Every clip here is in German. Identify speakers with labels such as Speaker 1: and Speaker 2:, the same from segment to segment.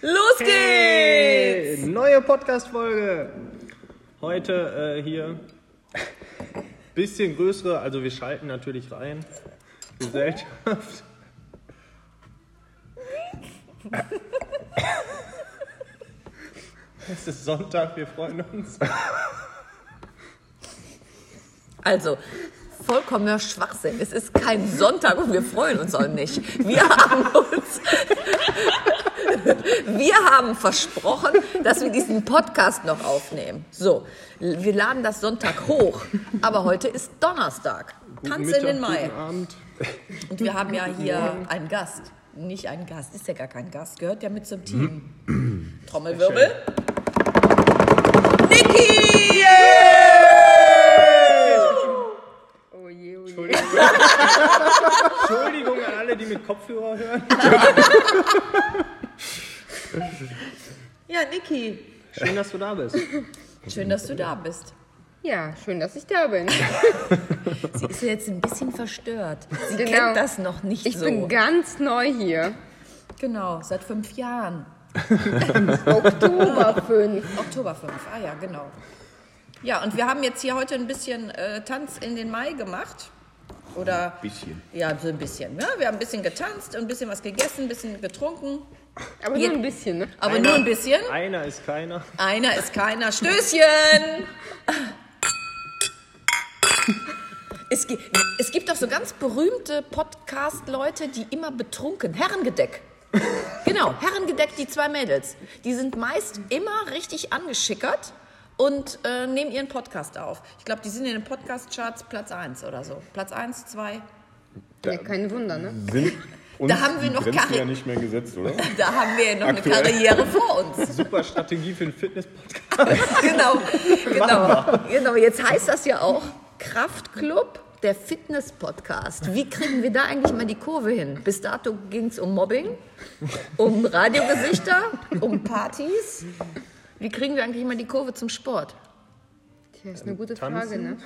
Speaker 1: Los
Speaker 2: Hey,
Speaker 1: geht's!
Speaker 2: Neue Podcast-Folge. Heute äh, hier. Bisschen größere, also wir schalten natürlich rein. Gesellschaft. Es ist Sonntag, wir freuen uns.
Speaker 1: Also, vollkommener Schwachsinn. Es ist kein Sonntag und wir freuen uns auch nicht. Wir haben uns. Wir haben versprochen, dass wir diesen Podcast noch aufnehmen. So, wir laden das Sonntag hoch, aber heute ist Donnerstag. Tanz in den Mai.
Speaker 2: Guten Abend.
Speaker 1: Und wir haben ja hier einen Gast. Nicht einen Gast, ist ja gar kein Gast, gehört ja mit
Speaker 2: Mhm.
Speaker 1: zum Team. Trommelwirbel. Niki!
Speaker 3: Oh je, oh je.
Speaker 2: Entschuldigung. Entschuldigung an alle, die mit Kopfhörer hören.
Speaker 1: Ja, Niki,
Speaker 2: Schön, dass du da bist.
Speaker 1: schön, dass du da bist.
Speaker 3: Ja, schön, dass ich da bin.
Speaker 1: Sie ist jetzt ein bisschen verstört. Sie
Speaker 3: Genau.
Speaker 1: kennt das noch nicht
Speaker 3: Ich
Speaker 1: so.
Speaker 3: bin ganz neu hier.
Speaker 1: genau, seit fünf Jahren.
Speaker 3: Oktober 5.
Speaker 1: Oktober 5, ah ja, genau. Ja, und wir haben jetzt hier heute ein bisschen äh, Tanz in den Mai gemacht. Oder?
Speaker 4: Bisschen.
Speaker 1: Ja, so ein bisschen. Ne? Wir haben ein bisschen getanzt, ein bisschen was gegessen, ein bisschen getrunken.
Speaker 3: Aber nur ein bisschen, ne?
Speaker 1: Aber nur ein bisschen.
Speaker 2: Einer ist keiner.
Speaker 1: Einer ist keiner. Stößchen! Es, gi- es gibt doch so ganz berühmte Podcast-Leute, die immer betrunken. Herrengedeck. Genau, Herrengedeck, die zwei Mädels. Die sind meist immer richtig angeschickert und äh, nehmen ihren Podcast auf. Ich glaube, die sind in den Podcast-Charts Platz 1 oder so. Platz 1, 2.
Speaker 3: Ja, kein Wunder, ne?
Speaker 4: Sind uns
Speaker 1: Da haben wir
Speaker 4: die
Speaker 1: noch
Speaker 4: Grenzen
Speaker 1: Karin-
Speaker 4: ja nicht mehr gesetzt, oder?
Speaker 1: Da haben wir noch eine
Speaker 4: Aktuell.
Speaker 1: Karriere vor uns.
Speaker 2: Super Strategie für einen Fitness-Podcast.
Speaker 1: genau, genau, genau. Jetzt heißt das ja auch Kraftclub, der Fitness-Podcast. Wie kriegen wir da eigentlich mal die Kurve hin? Bis dato ging es um Mobbing, um Radiogesichter, um Partys. Wie kriegen wir eigentlich mal die Kurve zum Sport?
Speaker 3: Tja,
Speaker 1: Ähm,
Speaker 3: ist eine gute
Speaker 2: Tanzen?
Speaker 3: Frage, ne?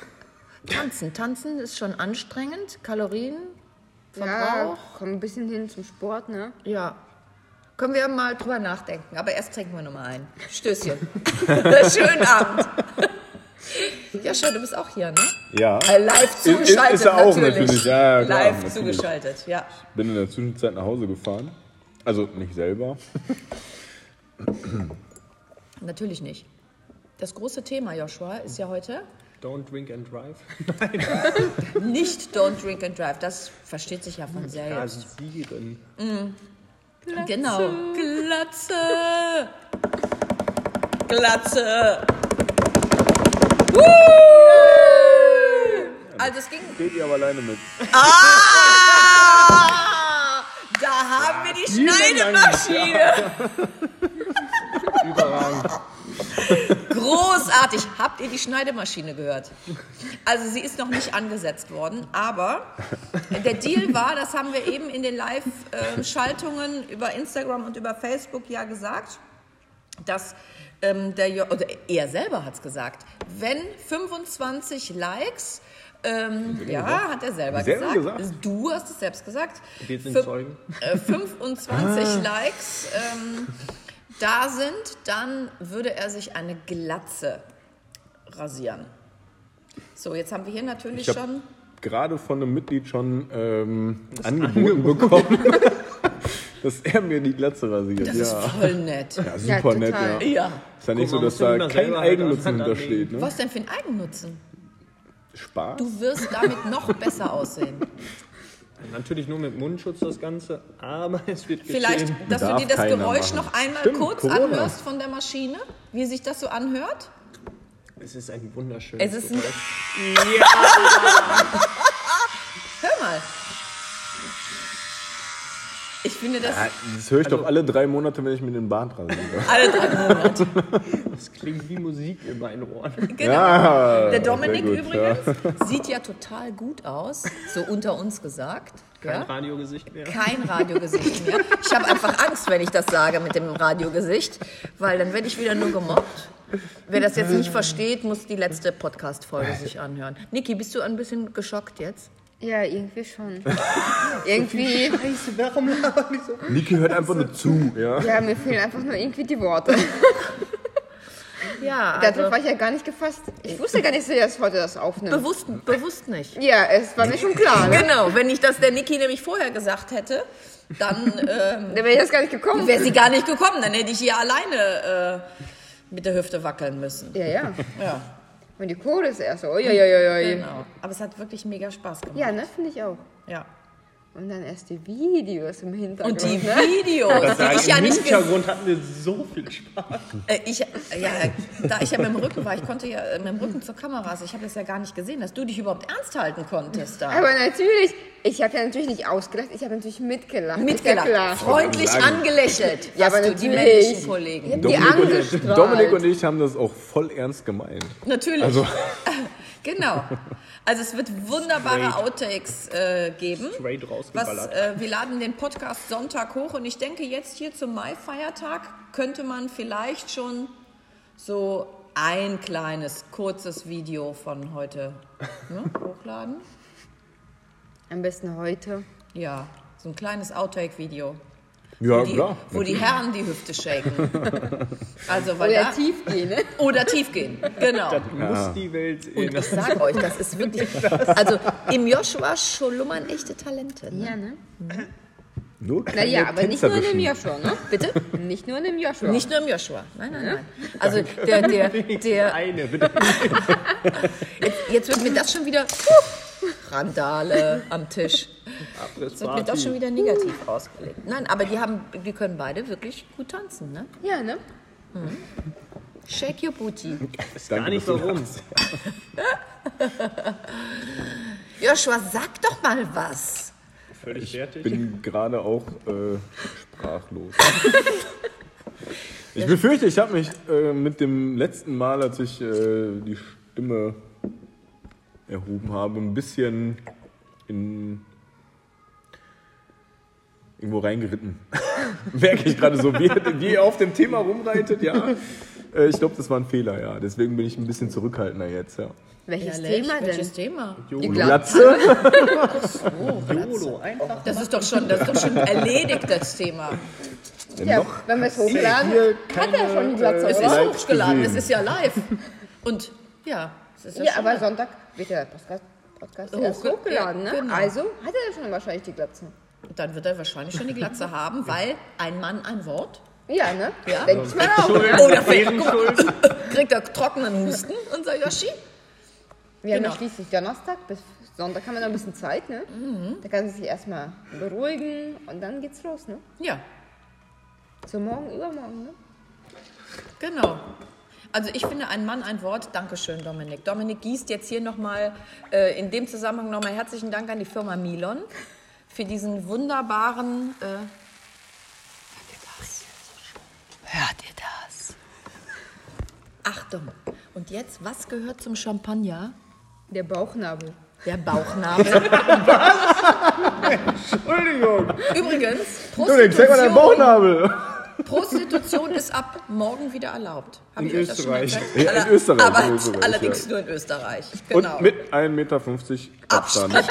Speaker 1: Tanzen. Tanzen ist schon anstrengend. Kalorien,
Speaker 3: Ja,
Speaker 1: Verbrauch.
Speaker 3: komm ein bisschen hin zum Sport, ne?
Speaker 1: Ja. Können wir mal drüber nachdenken. Aber erst trinken wir nochmal ein. Stößchen. Schönen Abend. Jascha, du bist auch hier, ne?
Speaker 4: Ja.
Speaker 1: Äh, Live zugeschaltet.
Speaker 4: Ist- ist er auch natürlich, ja, klar,
Speaker 1: Live
Speaker 4: natürlich.
Speaker 1: zugeschaltet, ja.
Speaker 4: Bin in der Zwischenzeit nach Hause gefahren. Also nicht selber.
Speaker 1: Natürlich nicht. Das große Thema, Joshua, ist ja heute
Speaker 2: Don't drink and drive.
Speaker 1: nicht Don't Drink and Drive. Das versteht sich ja von selbst.
Speaker 2: Rasieren.
Speaker 1: Genau. Glatze. Glatze. Woo! Also es ging
Speaker 4: Geht ihr aber alleine mit.
Speaker 1: Ah! Da haben wir die Schneidemaschine.
Speaker 2: Überragend.
Speaker 1: Großartig. Habt ihr die Schneidemaschine gehört? Also sie ist noch nicht angesetzt worden, aber der Deal war, das haben wir eben in den Live-Schaltungen über Instagram und über Facebook ja gesagt, dass ähm, der, Jo- oder er selber hat es gesagt, wenn 25 Likes, ähm, ja, hat er selber
Speaker 4: Selber
Speaker 1: gesagt.
Speaker 4: gesagt?
Speaker 1: Du hast es selbst gesagt.
Speaker 2: Wir sind
Speaker 1: Fün-
Speaker 2: Zeugen.
Speaker 1: äh, 25 Likes ähm, da sind, dann würde er sich eine Glatze rasieren. So, jetzt haben wir hier natürlich
Speaker 4: Ich hab-
Speaker 1: schon.
Speaker 4: Gerade von einem Mitglied schon ähm, angeboten bekommen, dass er mir die Glatze rasiert.
Speaker 1: Das
Speaker 4: ja.
Speaker 1: ist voll nett.
Speaker 4: ja,
Speaker 3: Ja,
Speaker 4: super nett,
Speaker 3: total.
Speaker 4: ja.
Speaker 1: Ja.
Speaker 4: Ist ja nicht
Speaker 2: Guck mal,
Speaker 4: so, dass
Speaker 2: musst du
Speaker 4: da
Speaker 2: immer
Speaker 4: kein
Speaker 2: selber halt
Speaker 4: Eigennutzen
Speaker 2: aneinander
Speaker 4: hintersteht. Ne?
Speaker 1: Was denn für ein Eigennutzen?
Speaker 4: Spaß?
Speaker 1: Du wirst damit noch besser aussehen.
Speaker 2: Natürlich nur mit Mundschutz das Ganze, aber es wird geschehen.
Speaker 1: Vielleicht, dass du
Speaker 4: Darf
Speaker 1: dir das
Speaker 4: keiner
Speaker 1: Geräusch
Speaker 4: machen.
Speaker 1: noch einmal
Speaker 4: Stimmt,
Speaker 1: kurz
Speaker 4: Corona.
Speaker 1: anhörst von der Maschine, wie sich das so anhört.
Speaker 2: Es ist ein wunderschönes
Speaker 1: Es ist ein.
Speaker 2: Geräusch.
Speaker 1: Hör mal. Ich finde das
Speaker 4: Ja, das höre ich
Speaker 1: Also
Speaker 4: doch alle drei Monate, wenn ich mir den Bart rasiere.
Speaker 1: alle drei Monate.
Speaker 2: Es klingt wie Musik in meinen Ohren.
Speaker 1: Genau.
Speaker 4: Ah,
Speaker 1: Der Dominik
Speaker 4: sehr gut,
Speaker 1: übrigens sieht ja total gut aus, so unter uns gesagt.
Speaker 2: Kein
Speaker 1: ja?
Speaker 2: Radiogesicht mehr.
Speaker 1: Kein Radiogesicht mehr. Ich habe einfach Angst, wenn ich das sage mit dem Radiogesicht, weil dann werde ich wieder nur gemobbt. Wer das jetzt nicht versteht, muss die letzte Podcast-Folge sich anhören. Niki, bist du ein bisschen geschockt jetzt?
Speaker 3: Ja, irgendwie schon. irgendwie.
Speaker 2: Scheiße, warum labern die so?
Speaker 4: Niki hört einfach nur zu, ja.
Speaker 3: Ja, mir fehlen einfach nur irgendwie die Worte.
Speaker 1: Ja, also
Speaker 3: Darauf war ich ja gar nicht gefasst. Ich wusste gar nicht, dass wir heute das aufnehmen.
Speaker 1: bewusst, bewusst nicht.
Speaker 3: Ja, es war mir schon klar. Ne?
Speaker 1: Genau, wenn ich das der Niki nämlich vorher gesagt hätte, dann ähm,
Speaker 3: Da wäre ich jetzt gar nicht gekommen.
Speaker 1: wäre sie gar nicht gekommen. Dann hätte ich hier alleine äh, mit der Hüfte wackeln müssen.
Speaker 3: Ja, ja.
Speaker 1: Ja,
Speaker 3: Und die Kohle ist erst so. Oi, oi, oi, oi.
Speaker 1: genau. Aber es hat wirklich mega Spaß gemacht.
Speaker 3: Ja, ne, finde ich auch.
Speaker 1: Ja.
Speaker 3: Und dann erst die Videos im Hintergrund.
Speaker 1: Und die
Speaker 3: ne?
Speaker 1: Videos, die ich ja
Speaker 2: Im
Speaker 1: nicht gesehen
Speaker 2: Hintergrund hatten wir so viel Spaß.
Speaker 1: Äh, Ich, ja, da ich ja mit dem Rücken war, ich konnte ja äh, mit dem Rücken zur Kamera, also ich habe das ja gar nicht gesehen, dass du dich überhaupt ernst halten konntest da.
Speaker 3: Aber natürlich, ich habe ja natürlich nicht ausgelacht, ich habe natürlich mitgelacht. Ist ja
Speaker 1: Mitgelacht,
Speaker 3: klar.
Speaker 1: freundlich
Speaker 4: Sagen.
Speaker 1: angelächelt,
Speaker 3: Ja,
Speaker 1: hast
Speaker 3: aber
Speaker 1: du die
Speaker 3: natürlich.
Speaker 1: männlichen Kollegen.
Speaker 3: Ich hab die
Speaker 4: Dominik und, ich,
Speaker 3: angestrahlt.
Speaker 4: Dominik und ich haben das auch voll ernst gemeint.
Speaker 1: Natürlich.
Speaker 4: Also-
Speaker 1: genau. Also es wird wunderbare Outtakes äh, geben.
Speaker 2: Straight
Speaker 1: Was,
Speaker 2: rausgeballert.
Speaker 1: äh, wir laden den Podcast Sonntag hoch und ich denke, jetzt hier zum Mai-Feiertag könnte man vielleicht schon so ein kleines, kurzes Video von heute ne, hochladen.
Speaker 3: Am besten heute.
Speaker 1: Ja, so ein kleines Outtake-Video.
Speaker 4: Ja,
Speaker 1: Wo die-
Speaker 4: klar.
Speaker 1: Wo die Herren die Hüfte shaken. Also, weil
Speaker 3: Oder
Speaker 1: da,
Speaker 3: tief gehen, ne?
Speaker 1: oder tief gehen. Genau.
Speaker 2: Muss die Welt
Speaker 1: Und
Speaker 2: sehen.
Speaker 1: ich sag euch, das ist wirklich. Also im Joshua schlummern echte Talente. Ne?
Speaker 3: Ja, ne?
Speaker 4: Nur keine
Speaker 3: Naja, aber nicht nur in dem
Speaker 4: tänzerischen.
Speaker 3: Joshua, ne?
Speaker 1: Bitte?
Speaker 3: Nicht nur in dem Joshua.
Speaker 1: Nicht nur im Joshua. Nein, nein, nein. Also der, der, der,
Speaker 2: Eine, bitte.
Speaker 1: jetzt wird mir das schon wieder. Puh, Randale am Tisch. Jetzt wird mir das schon wieder negativ ausgelegt. Nein, aber die haben, die können beide wirklich gut tanzen, ne?
Speaker 3: Ja, ne?
Speaker 1: Shake your booty.
Speaker 4: Danke,
Speaker 2: Gar nicht
Speaker 4: dass du
Speaker 2: warum.
Speaker 4: lachst.
Speaker 1: Joshua, sag doch mal was.
Speaker 2: Völlig fertig.
Speaker 4: bin gerade auch äh, sprachlos. Ich befürchte, ich habe mich äh, mit dem letzten Mal, als ich äh, die Stimme erhoben habe, ein bisschen in irgendwo reingeritten. Merke ich gerade so, wie, wie ihr auf dem Thema rumreitet, ja. Äh, Ich glaube, das war ein Fehler, ja. Deswegen bin ich ein bisschen zurückhaltender jetzt, ja.
Speaker 3: Welches
Speaker 1: Ehrlich?
Speaker 3: Thema denn?
Speaker 1: Welches Thema?
Speaker 3: Die Glatze.
Speaker 4: Glatze?
Speaker 3: Oh,
Speaker 2: Jolo, einfach.
Speaker 1: Das ist doch schon, das ist doch schon erledigt, das Thema.
Speaker 3: Ja,
Speaker 4: Noch
Speaker 3: wenn wir es hochladen,
Speaker 4: hier
Speaker 3: hat er
Speaker 4: keine,
Speaker 3: schon die Glatze,
Speaker 4: äh,
Speaker 1: Es
Speaker 3: oder?
Speaker 1: ist
Speaker 4: Live
Speaker 1: hochgeladen, es
Speaker 4: gesehen.
Speaker 1: ist ja live. Und ja, es ist ja,
Speaker 3: Ja,
Speaker 1: schon
Speaker 3: aber
Speaker 1: live.
Speaker 3: Sonntag wird ja der Podcast, Podcast
Speaker 1: Hochge-
Speaker 3: erst hochgeladen, ne?
Speaker 1: ja, genau.
Speaker 3: Also hat er schon wahrscheinlich die Glatze.
Speaker 1: dann wird er wahrscheinlich schon die Glatze haben, weil ein Mann ein Wort.
Speaker 3: Ja, ne?
Speaker 1: Ja.
Speaker 3: Denke ich mal auch. Ne?
Speaker 1: Oh, da fällt-
Speaker 2: Schuld.
Speaker 1: kriegt er trockenen Husten, unser Yoshi.
Speaker 3: Wir
Speaker 1: Genau.
Speaker 3: haben ja schließlich Donnerstag, bis Sonntag haben wir noch ein bisschen Zeit, ne? Da kann sie sich erstmal beruhigen und dann geht's los, ne?
Speaker 1: Ja,
Speaker 3: So morgen, übermorgen, ne?
Speaker 1: genau. Also ich finde, ein Mann ein Wort. Dankeschön, Dominik. Dominik gießt jetzt hier nochmal, äh, in dem Zusammenhang nochmal herzlichen Dank an die Firma Milon für diesen wunderbaren... Äh, Hört ihr das? Achtung. Und jetzt, was gehört zum Champagner?
Speaker 3: Der Bauchnabel.
Speaker 1: Der Bauchnabel.
Speaker 4: Entschuldigung.
Speaker 1: Übrigens,
Speaker 4: Dominik, zeig mal deinen
Speaker 1: Prostitution,
Speaker 4: Bauchnabel.
Speaker 1: Prostitution ist ab morgen wieder erlaubt. Hab
Speaker 2: In
Speaker 1: ich euch das schon
Speaker 2: Österreich.
Speaker 1: erzählt?
Speaker 4: Ja, in
Speaker 1: Aller-
Speaker 4: Österreich,
Speaker 1: Aber
Speaker 4: in Österreich,
Speaker 1: allerdings
Speaker 4: ja.
Speaker 1: nur in Österreich. Genau.
Speaker 4: Und mit 1,50 Meter Abstand.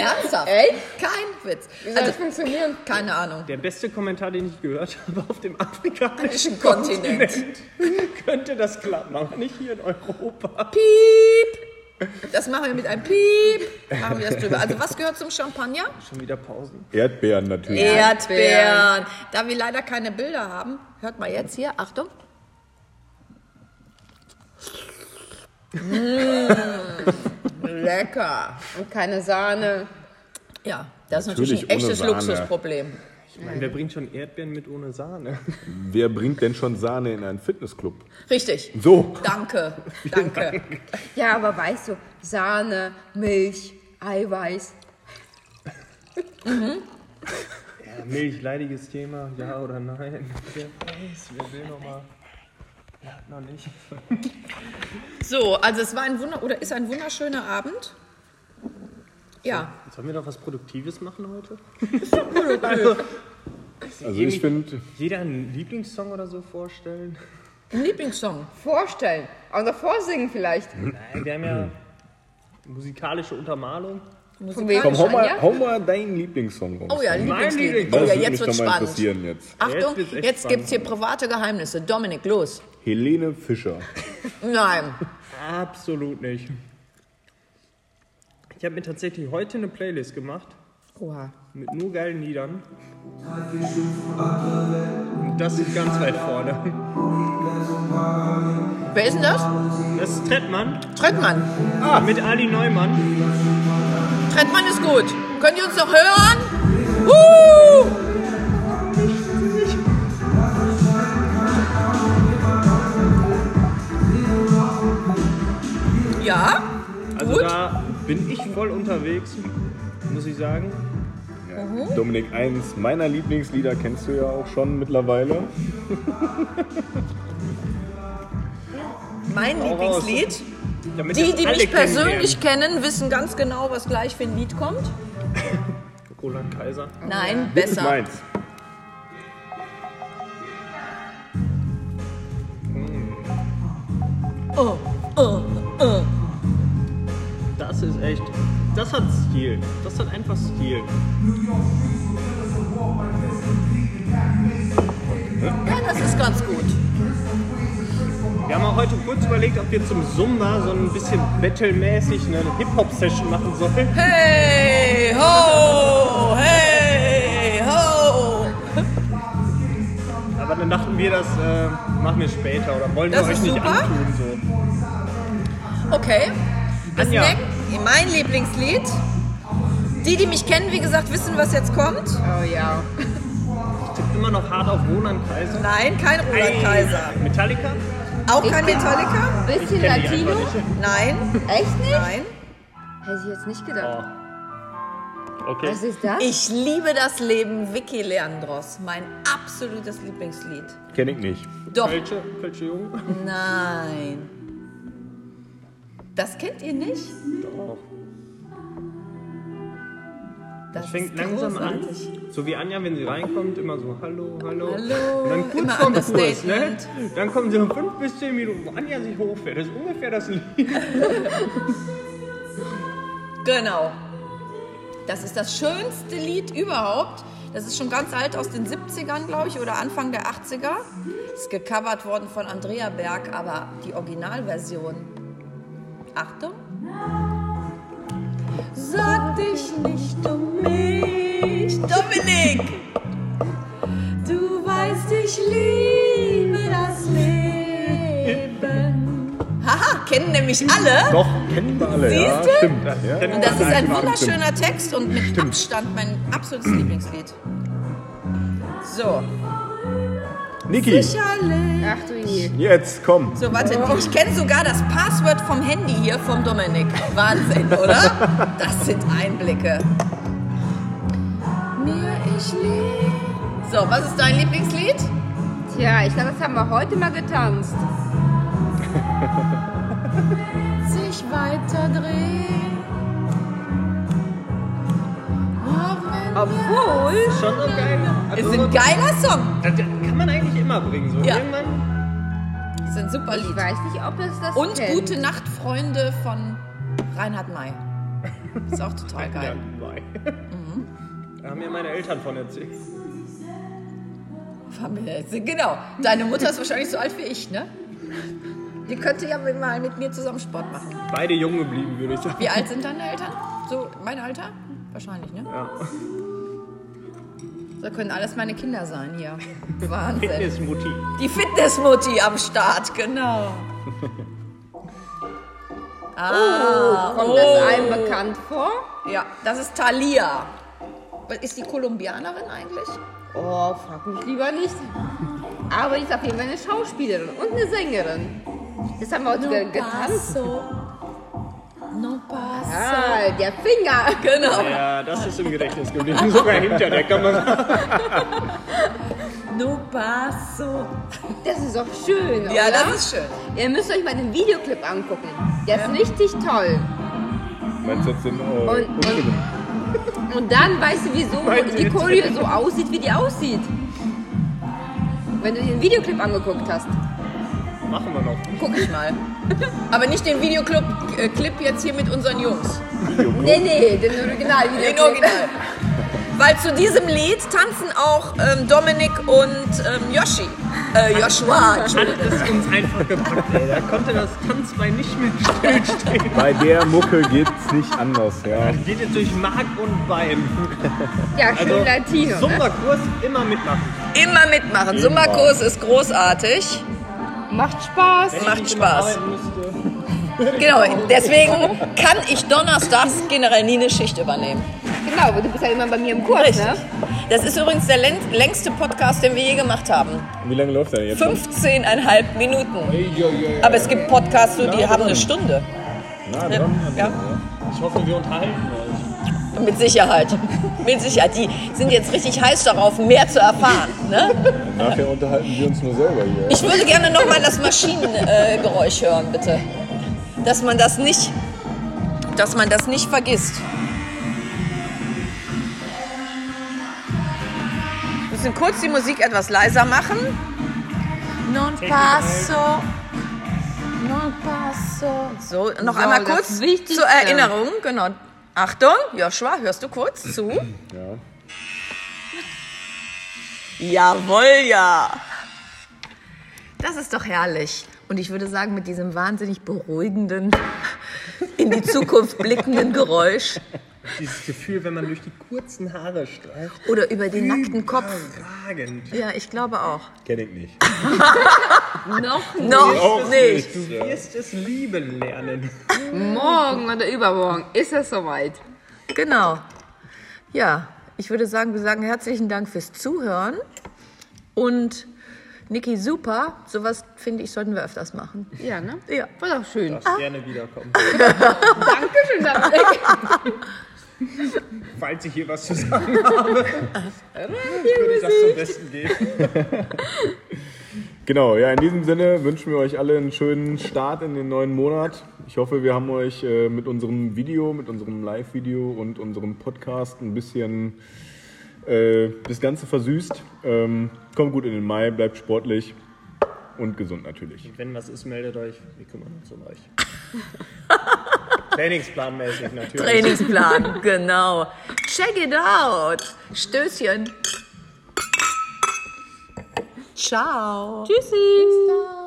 Speaker 1: Ernsthaft?
Speaker 3: Ey?
Speaker 1: Kein Witz.
Speaker 3: Wie soll
Speaker 1: Also,
Speaker 3: das funktionieren?
Speaker 1: keine Ahnung.
Speaker 2: Der beste Kommentar, den ich gehört habe auf dem afrikanischen
Speaker 1: Kontinent.
Speaker 2: Kontinent. Könnte das klappen, aber nicht hier in Europa.
Speaker 1: Piep! Das machen wir mit einem Piep. Machen wir das drüber. Also, was gehört zum Champagner?
Speaker 2: Schon wieder Pausen.
Speaker 4: Erdbeeren natürlich.
Speaker 1: Erdbeeren.
Speaker 3: Erdbeeren.
Speaker 1: Da wir leider keine Bilder haben, hört mal jetzt hier, Achtung. Mmh, lecker.
Speaker 3: Und keine Sahne.
Speaker 1: Ja, das ist natürlich,
Speaker 4: Natürlich
Speaker 1: ein echtes
Speaker 4: ohne Sahne.
Speaker 1: Luxusproblem.
Speaker 2: Ich meine, wer bringt schon Erdbeeren mit ohne Sahne?
Speaker 4: Wer bringt denn schon Sahne in einen Fitnessclub?
Speaker 1: Richtig.
Speaker 4: So.
Speaker 1: Danke, danke.
Speaker 3: Ja, aber weißt du, Sahne, Milch, Eiweiß.
Speaker 2: Ja, Milch, leidiges Thema, ja oder nein? Wer weiß, wer will nochmal? Ja, noch nicht.
Speaker 1: So, also es war ein Wunder oder ist ein wunderschöner Abend. Ja,
Speaker 2: Sollen wir noch was Produktives machen heute?
Speaker 4: Also ich finde,
Speaker 2: Jeder einen Lieblingssong oder so vorstellen?
Speaker 1: ein Lieblingssong.
Speaker 3: Vorstellen. Und davor singen vielleicht.
Speaker 2: Nein, wir haben ja musikalische Untermalung.
Speaker 3: Von wem?
Speaker 4: Komm, hau mal,
Speaker 3: Anja?
Speaker 4: hau mal deinen Lieblingssong raus.
Speaker 1: Oh ja, Lieblingslied.
Speaker 2: Lieblings-
Speaker 1: Oh
Speaker 4: Das
Speaker 1: ja,
Speaker 4: würde
Speaker 1: jetzt
Speaker 4: mich
Speaker 1: wird's
Speaker 4: doch mal
Speaker 1: spannend.
Speaker 4: interessieren jetzt.
Speaker 1: Achtung,
Speaker 2: Jetzt wird's echt
Speaker 1: jetzt gibt's
Speaker 2: spannend.
Speaker 1: hier private Geheimnisse. Dominik, los.
Speaker 4: Helene Fischer.
Speaker 1: Nein.
Speaker 2: Absolut nicht. Ich habe mir tatsächlich heute eine Playlist gemacht
Speaker 1: Oha.
Speaker 2: mit nur geilen Liedern. Und das ist ganz weit vorne.
Speaker 1: Wer ist denn das?
Speaker 2: Das ist Trettmann
Speaker 1: Trettmann.
Speaker 2: mit Ali Neumann.
Speaker 1: Trettmann ist gut. Könnt ihr uns noch hören? Uh! Ja?
Speaker 2: Also
Speaker 1: Gut.
Speaker 2: da bin ich voll unterwegs, muss ich sagen.
Speaker 4: Ja.
Speaker 1: Mhm.
Speaker 4: Dominik, eins meiner Lieblingslieder kennst du ja auch schon mittlerweile.
Speaker 1: Mein
Speaker 2: Hau raus.
Speaker 1: Lieblingslied.
Speaker 2: Damit
Speaker 1: Die,
Speaker 2: jetzt
Speaker 1: die
Speaker 2: alle
Speaker 1: mich persönlich
Speaker 2: kennenlernen.
Speaker 1: kennen, wissen ganz genau, was gleich für ein Lied kommt.
Speaker 2: Roland Kaiser.
Speaker 1: Nein,
Speaker 4: Das ist
Speaker 1: besser.
Speaker 4: meins.
Speaker 1: Oh, oh, oh.
Speaker 2: Das ist echt. Das hat Stil. Das hat einfach Stil.
Speaker 1: Ja, das ist ganz gut.
Speaker 2: Wir haben auch heute kurz überlegt, ob wir zum Sumba so ein bisschen battlemäßig eine Hip-Hop-Session machen sollen.
Speaker 1: Hey, ho, hey, ho.
Speaker 2: Aber dann dachten wir, das äh, machen wir später oder wollen
Speaker 1: Das
Speaker 2: wir euch
Speaker 1: ist
Speaker 2: nicht
Speaker 1: super.
Speaker 2: antun. So.
Speaker 1: Okay. Das
Speaker 2: Anja.
Speaker 1: Neck, mein Lieblingslied. Die, die mich kennen, wie gesagt, wissen, was jetzt kommt.
Speaker 3: Oh ja.
Speaker 2: Ich tippe immer noch hart auf Roland Kaiser.
Speaker 1: Nein, kein Roland
Speaker 2: Ei.
Speaker 1: Kaiser.
Speaker 2: Metallica?
Speaker 1: Auch kein
Speaker 3: Ich-
Speaker 1: Metallica?
Speaker 3: Bisschen
Speaker 2: Kenn die
Speaker 3: Latino?
Speaker 2: einfach nicht.
Speaker 1: Nein,
Speaker 3: Echt nicht?
Speaker 1: nein.
Speaker 3: Hätte ich jetzt nicht gedacht.
Speaker 2: Oh. Okay.
Speaker 3: Was ist das?
Speaker 1: Ich liebe das Leben, Vicky Leandros. Mein absolutes Lieblingslied.
Speaker 4: Kenn ich nicht.
Speaker 1: Doch,
Speaker 2: Kölsche, Kölsche Jungen?
Speaker 1: nein. Das kennt ihr nicht?
Speaker 2: Doch.
Speaker 1: Das
Speaker 2: Fängt
Speaker 1: ist
Speaker 2: langsam
Speaker 1: großartig.
Speaker 2: an. So wie Anja, wenn sie reinkommt, immer so Hallo, hallo.
Speaker 1: Hallo.
Speaker 2: Und dann kurz
Speaker 1: Immer
Speaker 2: vorm Kurs, ne?
Speaker 1: Understatement.
Speaker 2: Dann kommen so fünf bis zehn Minuten, wo Anja sich hochfährt. Das ist ungefähr das Lied.
Speaker 1: Genau. Das ist das schönste Lied überhaupt. Das ist schon ganz alt aus den 70ern, glaube ich, oder Anfang der 80er. Ist gecovert worden von Andrea Berg, aber die Originalversion. Achtung. Sag dich nicht um mich, Dominik. Du weißt, ich liebe das Leben. Haha, kennen nämlich alle.
Speaker 4: Doch, kennen wir alle. ja,
Speaker 1: Siehste?
Speaker 4: stimmt. Ja,
Speaker 2: kennen
Speaker 1: Und das ist ein
Speaker 4: Stimmt.
Speaker 1: wunderschöner Text und mit Abstand mein absolutes Lieblingslied. So,
Speaker 4: Niki,
Speaker 1: sicherlich.
Speaker 3: Ach du je.
Speaker 4: jetzt komm.
Speaker 1: So, warte,
Speaker 3: Oh.
Speaker 1: ich kenne sogar das Passwort vom Handy hier vom Dominik. Wahnsinn, oder? Das sind Einblicke. Mir ich lieb. So, was ist dein Lieblingslied?
Speaker 3: Tja, ich glaube, das haben wir heute mal getanzt.
Speaker 1: Sich weiter drehen.
Speaker 3: Obwohl.
Speaker 2: Schon so geil. Also,
Speaker 1: Es ist ein geiler Song.
Speaker 2: Das kann man eigentlich immer bringen. So
Speaker 1: Ja.
Speaker 2: irgendwann.
Speaker 1: Es ist ein super Lied.
Speaker 3: Ich weiß nicht, ob es das
Speaker 1: Und
Speaker 3: kennt.
Speaker 1: Gute Nacht, Freunde von Reinhard May. Ist auch total
Speaker 2: Ja,
Speaker 1: geil.
Speaker 2: bye. Mhm. Da haben mir meine Eltern von erzählt.
Speaker 1: Familie. Genau. Deine Mutter ist wahrscheinlich so alt wie ich, ne? Die könnte ja mal mit mir zusammen Sport machen.
Speaker 2: Beide jung geblieben, würde ich sagen.
Speaker 1: Wie alt sind deine Eltern? So mein Alter? Wahrscheinlich, ne?
Speaker 2: Ja.
Speaker 1: Da können alles meine Kinder sein hier. Wahnsinn.
Speaker 2: Fitnessmutti.
Speaker 1: Die Fitnessmutti am Start, genau. Ah,
Speaker 3: Kommt das einem bekannt vor?
Speaker 1: ja, das ist Thalia. Ist die Kolumbianerin eigentlich?
Speaker 3: Oh, frag mich lieber nicht. Aber die ist auf jeden Fall eine Schauspielerin und eine Sängerin. Das haben wir heute ge- getanzt.
Speaker 1: passo. No passo.
Speaker 3: Ah, der Finger.
Speaker 1: Genau.
Speaker 2: Ja, das ist im Gedächtnis geblieben. Sogar hinter der Kamera.
Speaker 1: No passo.
Speaker 3: Das ist doch schön,
Speaker 1: Ja,
Speaker 3: oder?
Speaker 1: das ist schön.
Speaker 3: Ihr müsst euch mal den Videoclip angucken. Der ist richtig toll.
Speaker 4: Meinst du jetzt den oh,
Speaker 3: Und-
Speaker 4: Unschuldigen?
Speaker 3: Und dann weißt du, wieso
Speaker 2: Meint
Speaker 3: die
Speaker 2: ihr?
Speaker 3: Choreo so aussieht, wie die aussieht. Wenn du den Videoclip angeguckt hast.
Speaker 2: Machen wir noch.
Speaker 1: Guck ich mal. Aber nicht den Videoclip äh, Clip jetzt hier mit unseren Jungs.
Speaker 3: Nee, nee, den Original wieder.
Speaker 1: Den Original. Weil zu diesem Lied tanzen auch ähm, Dominik und ähm, Yoshi. Äh, Joshua.
Speaker 2: Hat es uns einfach gepackt, ey. Da konnte das Tanzbein nicht mehr stillstehen.
Speaker 4: Bei der Mucke geht's nicht anders, ja.
Speaker 2: Geht jetzt durch Mark und Bein.
Speaker 3: Ja,
Speaker 2: Also,
Speaker 3: schön Latino. Ne?
Speaker 2: Sommerkurs immer mitmachen.
Speaker 1: Immer mitmachen. Summerkurs ist großartig.
Speaker 3: Macht Spaß.
Speaker 2: Wenn ich
Speaker 1: Macht
Speaker 2: nicht
Speaker 1: Spaß.
Speaker 2: immer arbeiten müsste.
Speaker 1: Genau, deswegen kann ich donnerstags generell nie eine Schicht übernehmen.
Speaker 3: Genau, aber du bist ja immer bei mir im Kurs, ne?
Speaker 1: Das ist übrigens der län- längste Podcast, den wir je gemacht haben.
Speaker 4: Wie lange läuft der jetzt?
Speaker 1: 15,5 Minuten. Aber es gibt Podcasts, so, die haben eine Stunde.
Speaker 4: Na, dann.
Speaker 1: genau. Ja,
Speaker 2: Ich hoffe, wir unterhalten euch.
Speaker 1: mit Sicherheit. Mit Sicherheit. Die sind jetzt richtig heiß darauf, mehr zu erfahren. Ne?
Speaker 4: Nachher unterhalten wir uns nur selber hier.
Speaker 1: Ich würde gerne nochmal das Maschinengeräusch hören, bitte. Dass man das nicht, dass man das nicht vergisst. Wir müssen kurz die Musik etwas leiser machen. Non passo. Non passo. So, noch
Speaker 3: So,
Speaker 1: einmal
Speaker 3: das
Speaker 1: kurz
Speaker 3: Wichtigste.
Speaker 1: zur Erinnerung. Genau. Achtung, Joshua, hörst du kurz zu?
Speaker 4: Ja.
Speaker 1: Jawohl, ja. Das ist doch herrlich. Und ich würde sagen, mit diesem wahnsinnig beruhigenden, in die Zukunft blickenden Geräusch
Speaker 2: Dieses Gefühl, wenn man durch die kurzen Haare streift.
Speaker 1: oder über den nackten Kopf.
Speaker 2: Überragend.
Speaker 1: Ja, ich glaube auch.
Speaker 4: Kenn ich nicht.
Speaker 3: Noch
Speaker 1: Noch nicht.
Speaker 2: Du wirst es lieben lernen.
Speaker 3: ne? morgen oder übermorgen ist es soweit.
Speaker 1: Genau. Ja, ich würde sagen, wir sagen herzlichen Dank fürs Zuhören. Und Niki, super. Sowas, finde ich, sollten wir öfters machen.
Speaker 3: Ja, ne?
Speaker 1: Ja.
Speaker 3: War doch schön.
Speaker 1: Ah.
Speaker 2: Gerne wiederkommen.
Speaker 3: Dankeschön, Dominik.
Speaker 2: Falls ich hier was zu sagen habe, würde ich das zum Besten geben.
Speaker 4: Genau, ja, in diesem Sinne wünschen wir euch alle einen schönen Start in den neuen Monat. Ich hoffe, wir haben euch äh, mit unserem Video, mit unserem Live-Video und unserem Podcast ein bisschen äh, das Ganze versüßt. Ähm, kommt gut in den Mai, bleibt sportlich und gesund natürlich.
Speaker 2: Wenn was ist, meldet euch. Wir kümmern uns um euch. Trainingsplanmäßig natürlich.
Speaker 1: Trainingsplan, genau. Check it out. Stößchen. Ciao.
Speaker 3: Tschüssi.